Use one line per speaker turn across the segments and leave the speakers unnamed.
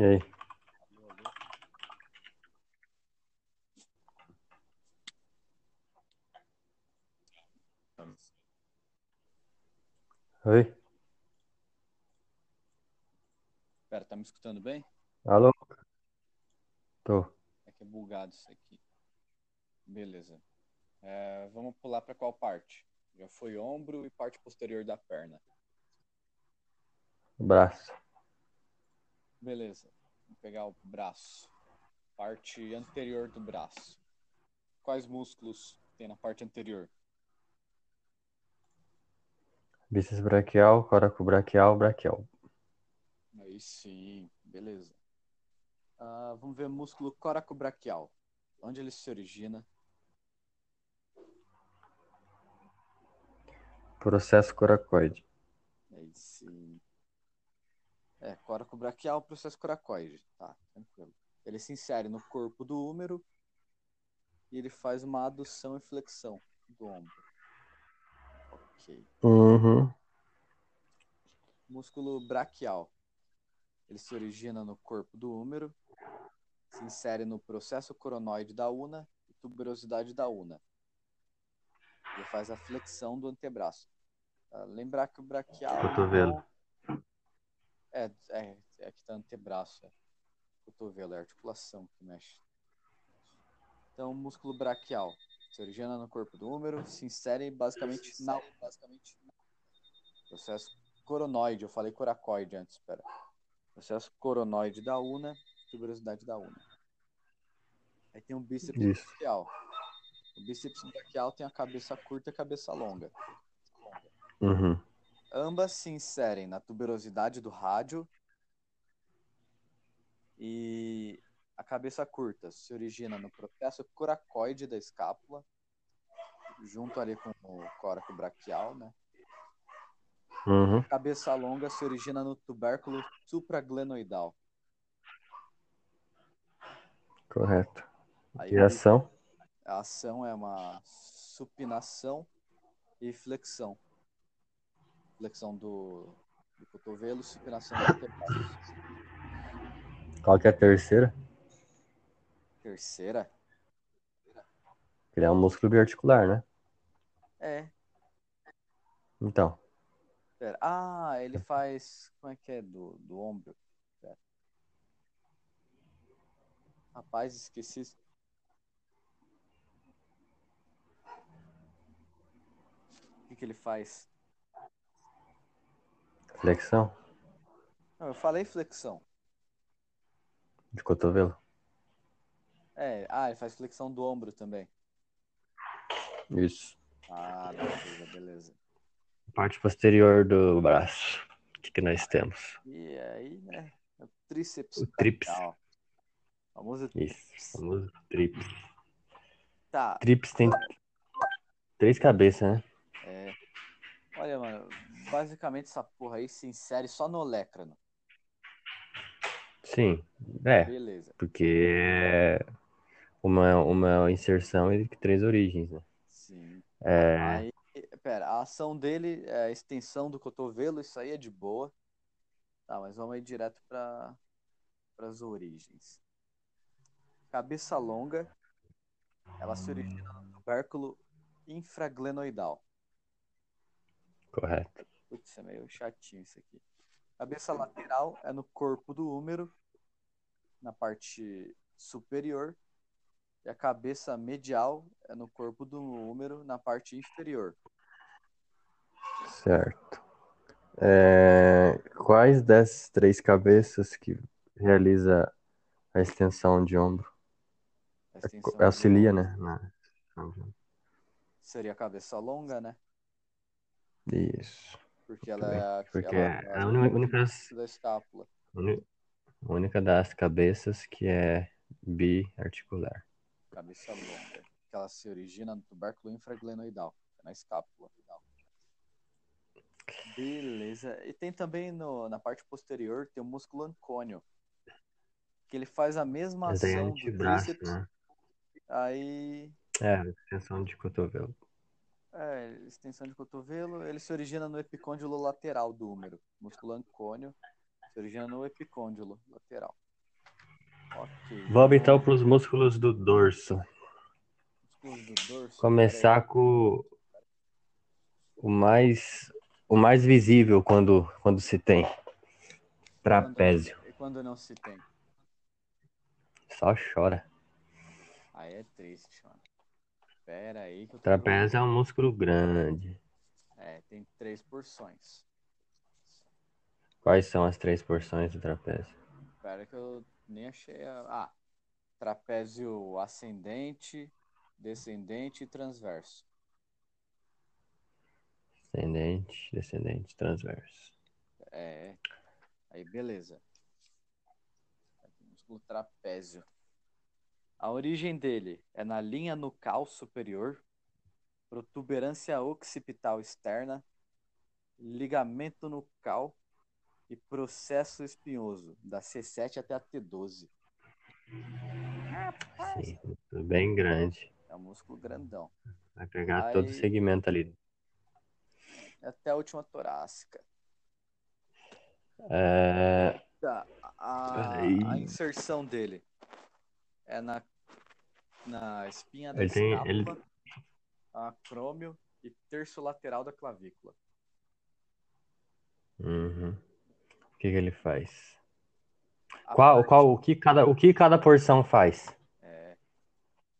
E aí? Oi?
Pera, tá me escutando bem?
Alô? Tô.
É que é bugado isso aqui. Beleza. É, vamos pular pra qual parte? Já foi ombro e parte posterior da perna.
Braço.
Beleza. Vou pegar o braço. Parte anterior do braço. Quais músculos tem na parte anterior?
Bíceps braquial, coraco braquial, braquial.
Aí sim, beleza. Ah, vamos ver músculo coracobraquial. Onde ele se origina?
Processo coracoide.
Aí sim. É, coracobraquial, processo coracoide. Tá, tranquilo. Ele se insere no corpo do húmero e ele faz uma adução e flexão do ombro. Ok.
Uhum.
Músculo braquial. Ele se origina no corpo do húmero, se insere no processo coronoide da una e tuberosidade da una. Ele faz a flexão do antebraço. Ah, lembrar que o braquial.
Cotovelo.
É, é, é que tá antebraço. É. Cotovelo, é a articulação que mexe. Então, o músculo braquial se origina no corpo do húmero, se insere basicamente na. Basicamente na- Processo coronoide, eu falei coracoide antes, espera. Processo coronoide da una, tuberosidade da una. Aí tem o bíceps
Isso.
braquial. O bíceps braquial tem a cabeça curta e a cabeça longa.
Uhum.
Ambas se inserem na tuberosidade do rádio e a cabeça curta se origina no processo coracoide da escápula, junto ali com o coraco braquial, né?
Uhum.
Cabeça longa se origina no tubérculo supraglenoidal.
Correto.
Aí
E ação?
a ação é uma supinação e flexão. Flexão do, do cotovelo, supinação do antebraço.
Qual que é a terceira?
Terceira
Criar um músculo biarticular, né?
é
Então.
Pera. Ah, ele faz. Como é que é? Do, do ombro. Pera. Rapaz, esqueci. O que, que ele faz?
Flexão
Não, eu falei flexão.
de cotovelo.
É, ah, ele faz flexão do ombro também.
Isso.
Ah, beleza, beleza.
Parte posterior do braço. O que, que nós temos?
E aí, né? O tríceps.
O tríceps.
braquial. Famoso
Isso. O famoso tríceps.
Tá.
Trips tem três cabeças, né?
É. Olha, mano, basicamente essa porra aí se insere só no olecrano.
Sim. É,
Beleza.
porque é uma, uma inserção e três origens, né?
Sim.
É,
Aí, pera, a ação dele é a extensão do cotovelo, isso aí é de boa. Tá, mas vamos aí direto para as origens. Cabeça longa, ela se origina no tubérculo infraglenoidal.
correto.
Putz, é meio chatinho isso aqui. Cabeça lateral é no corpo do húmero, na parte superior. E a cabeça medial é no corpo do húmero, na parte inferior.
Certo. É, quais dessas três cabeças que realiza a extensão de ombro? É
A extensão é do-
Auxilia, né? na extensão de ombro.
Seria a cabeça longa, né?
Isso.
Porque ela é, a-
Porque
ela,
é a única, única,
da escápula.
uni- única das cabeças que é biarticular.
Cabeça longa. Que ela se origina no tubérculo infraglenoidal, que é na escápula. Beleza. E tem também no- na parte posterior, tem o músculo ancônio. Que ele faz a mesma
Mas aí é
ação do
antebraço,
tríceps.
né?
Aí,
É, extensão de cotovelo.
é, extensão de cotovelo, ele se origina no epicôndilo lateral do húmero. Músculo ancônio se origina no epicôndilo lateral. Ok.
Vamos então para os músculos do dorso.
Músculos do dorso.
Começar com o mais, o mais visível quando, quando se tem.
Peraí.
Trapézio.
Quando, quando não se tem.
Só chora.
Aí é triste, mano. Pera aí que eu tô
Trapézio é um músculo grande.
É, tem três porções.
Quais são as três porções do trapézio?
Pera que eu nem achei a. Ah, trapézio ascendente, descendente e transverso.
Ascendente, descendente, transverso.
É. Aí, beleza. Aqui, músculo trapézio. A origem dele é na linha nucal superior, protuberância occipital externa, ligamento nucal e processo espinhoso, da C7 até a T12.
Sim, bem grande.
É um músculo grandão.
Vai pegar todo o
Aí-
segmento ali.
Até a última torácica.
É,
Tá, a,
Peraí.
a inserção dele é na, na espinha da
Ele tem-
escápula,
ele-
acrômio e terço lateral da clavícula.
uhum. O que, que ele faz?
A
Qual,
parte-
qual, o que cada, o que cada porção faz?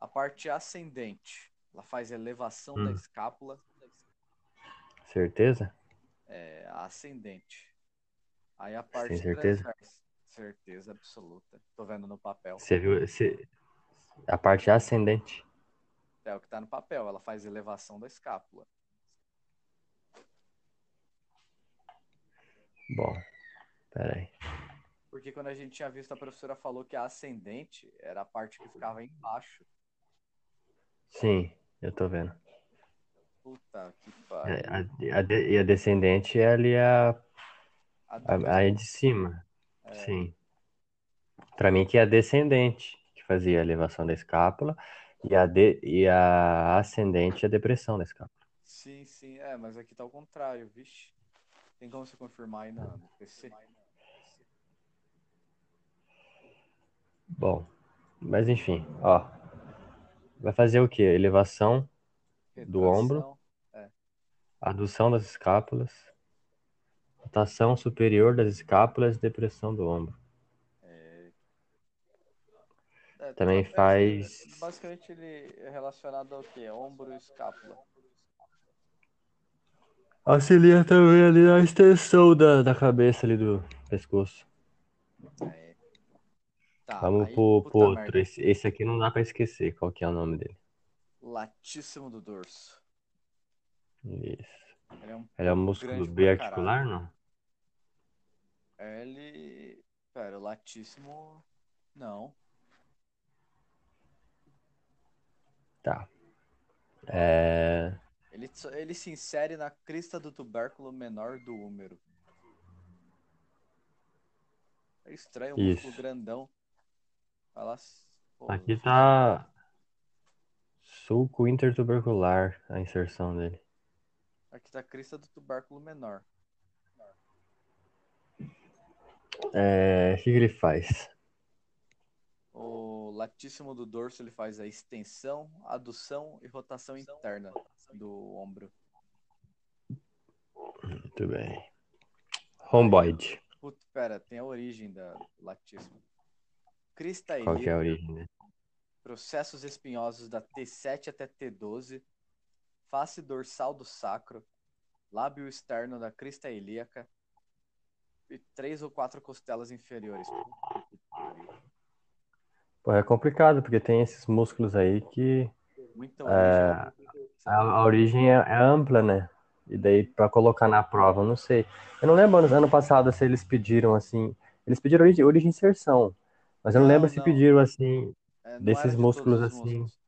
A parte ascendente, ela faz elevação da
Hum.
escápula,
Certeza?
é, a ascendente. Aí a
tem
parte
certeza?
transversa. Certeza absoluta. Tô vendo no papel.
Você viu? você- A parte ascendente.
É o que tá no papel, ela faz elevação da escápula.
Bom, peraí.
Porque quando a gente tinha visto, a professora falou que a ascendente era a parte que ficava embaixo.
Sim, eu tô vendo.
Puta que
É,
pariu.
a- a de- e a descendente é ali a,
A do-
a, a de cima.
É.
Sim. Pra mim que é a descendente que fazia a elevação da escápula e a, de, e a ascendente é a depressão da escápula.
Sim, sim. É, mas aqui tá ao contrário, vixe. Tem como você confirmar aí na- no PC?
Bom, mas enfim, ó. Vai fazer o quê? Elevação, Do ombro?
Retração.
adução das escápulas, rotação superior das escápulas, depressão do ombro.
É,
Também
trapézio,
faz-
Basicamente ele é relacionado ao quê? Ombro e escápula.
Auxilia também ali na extensão da, da cabeça ali do pescoço.
É. Tá,
Vamos
aí,
pro,
puta
pro outro.
merda.
Esse, esse aqui não dá pra esquecer qual que é o nome dele.
Latíssimo do dorso.
Isso.
Ele é um
Ele é um
pouco
músculo
grande pra
biarticular, não?
caralho. Ele. Pera, o latíssimo. Não.
Tá. É...
Ele, só- ele se insere na crista do tubérculo menor do húmero. É estranho, um
Isso.
músculo grandão. Vai lá. pô,
Aqui tá sulco intertubercular, a inserção dele.
aqui tá a crista do tubérculo menor.
É... O que, que ele faz?
O latíssimo do dorso ele faz a extensão, adução e rotação interna do ombro.
Muito bem. Romboide.
Putz, pera, tem a origem da latíssimo. Crista
Qual que é a
ilíaca,
origem dele?
processos espinhosos da T7 até T12, face dorsal do sacro, lábio externo da crista ilíaca e três ou quatro costelas inferiores. Puta que pariu.
Pô, é complicado, porque tem esses músculos aí que
Muita
É,
origem.
A, a origem é, é ampla, né? E daí, pra colocar na prova, eu não sei. Eu não lembro ano, ano passado se eles pediram assim. Eles pediram origem, origem e inserção. Mas eu não
Não,
lembro se
Ah, não.
pediram assim,
É, não
desses
era de todos
músculos,
os
assim,
músculos.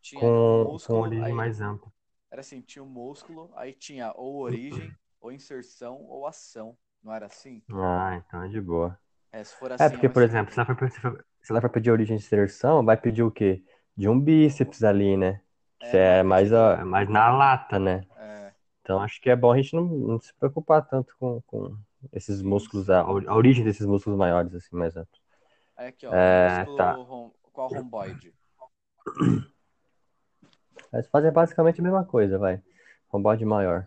Tinha um
com, com
músculo,
origem
aí-
mais ampla.
Era assim, tinha o músculo, aí tinha ou origem, ou inserção, ou ação. Não era assim?
Ah, então é de boa.
É, se for assim,
É, porque, por
vai ser-
exemplo, se dá pra, se for- se dá pra pedir origem e inserção, vai pedir o quê? De um bíceps ali, né? Que
É,
é,
vai
mais,
pedir-
a- é mais na lata, né?
é,
Então acho que é bom a gente não, não se preocupar tanto com, com esses
Sim,
músculos,
sim.
a, a origem desses músculos maiores, assim, mais amplos.
é, Aí Aqui, ó.
É,
músculo
tá.
rom- Qual romboide?
Elas fazem basicamente a mesma coisa, vai. Romboide maior.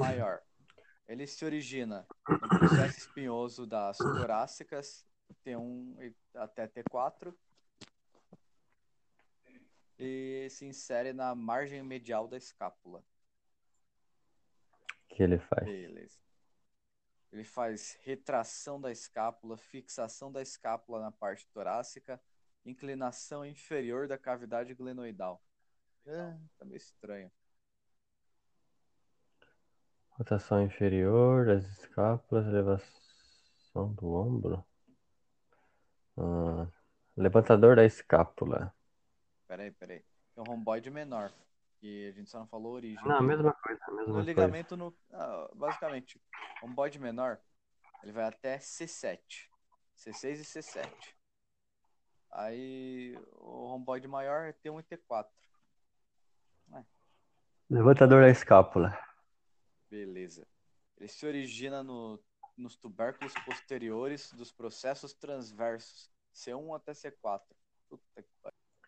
Maior. Ele se origina no processo espinhoso das torácicas T1 e- até T4 e se insere na margem medial da escápula.
que ele faz.
Beleza. Ele faz retração da escápula, fixação da escápula na parte torácica, inclinação inferior da cavidade glenoidal. Ah, tá meio estranho.
Rotação inferior das escápulas, elevação do ombro. Ah, levantador da escápula.
Peraí, peraí. É um romboide menor. E a gente só não falou a origem.
Não, a mesma coisa, a mesma
No
coisa.
ligamento, no, ah, basicamente, um bode menor, ele vai até C7. C6 e C7. Aí o romboide maior é T1 e T4.
Levantador da escápula.
Beleza. Ele se origina no, nos tubérculos um posteriores dos processos transversos, C1 até C4. Puta que pariu.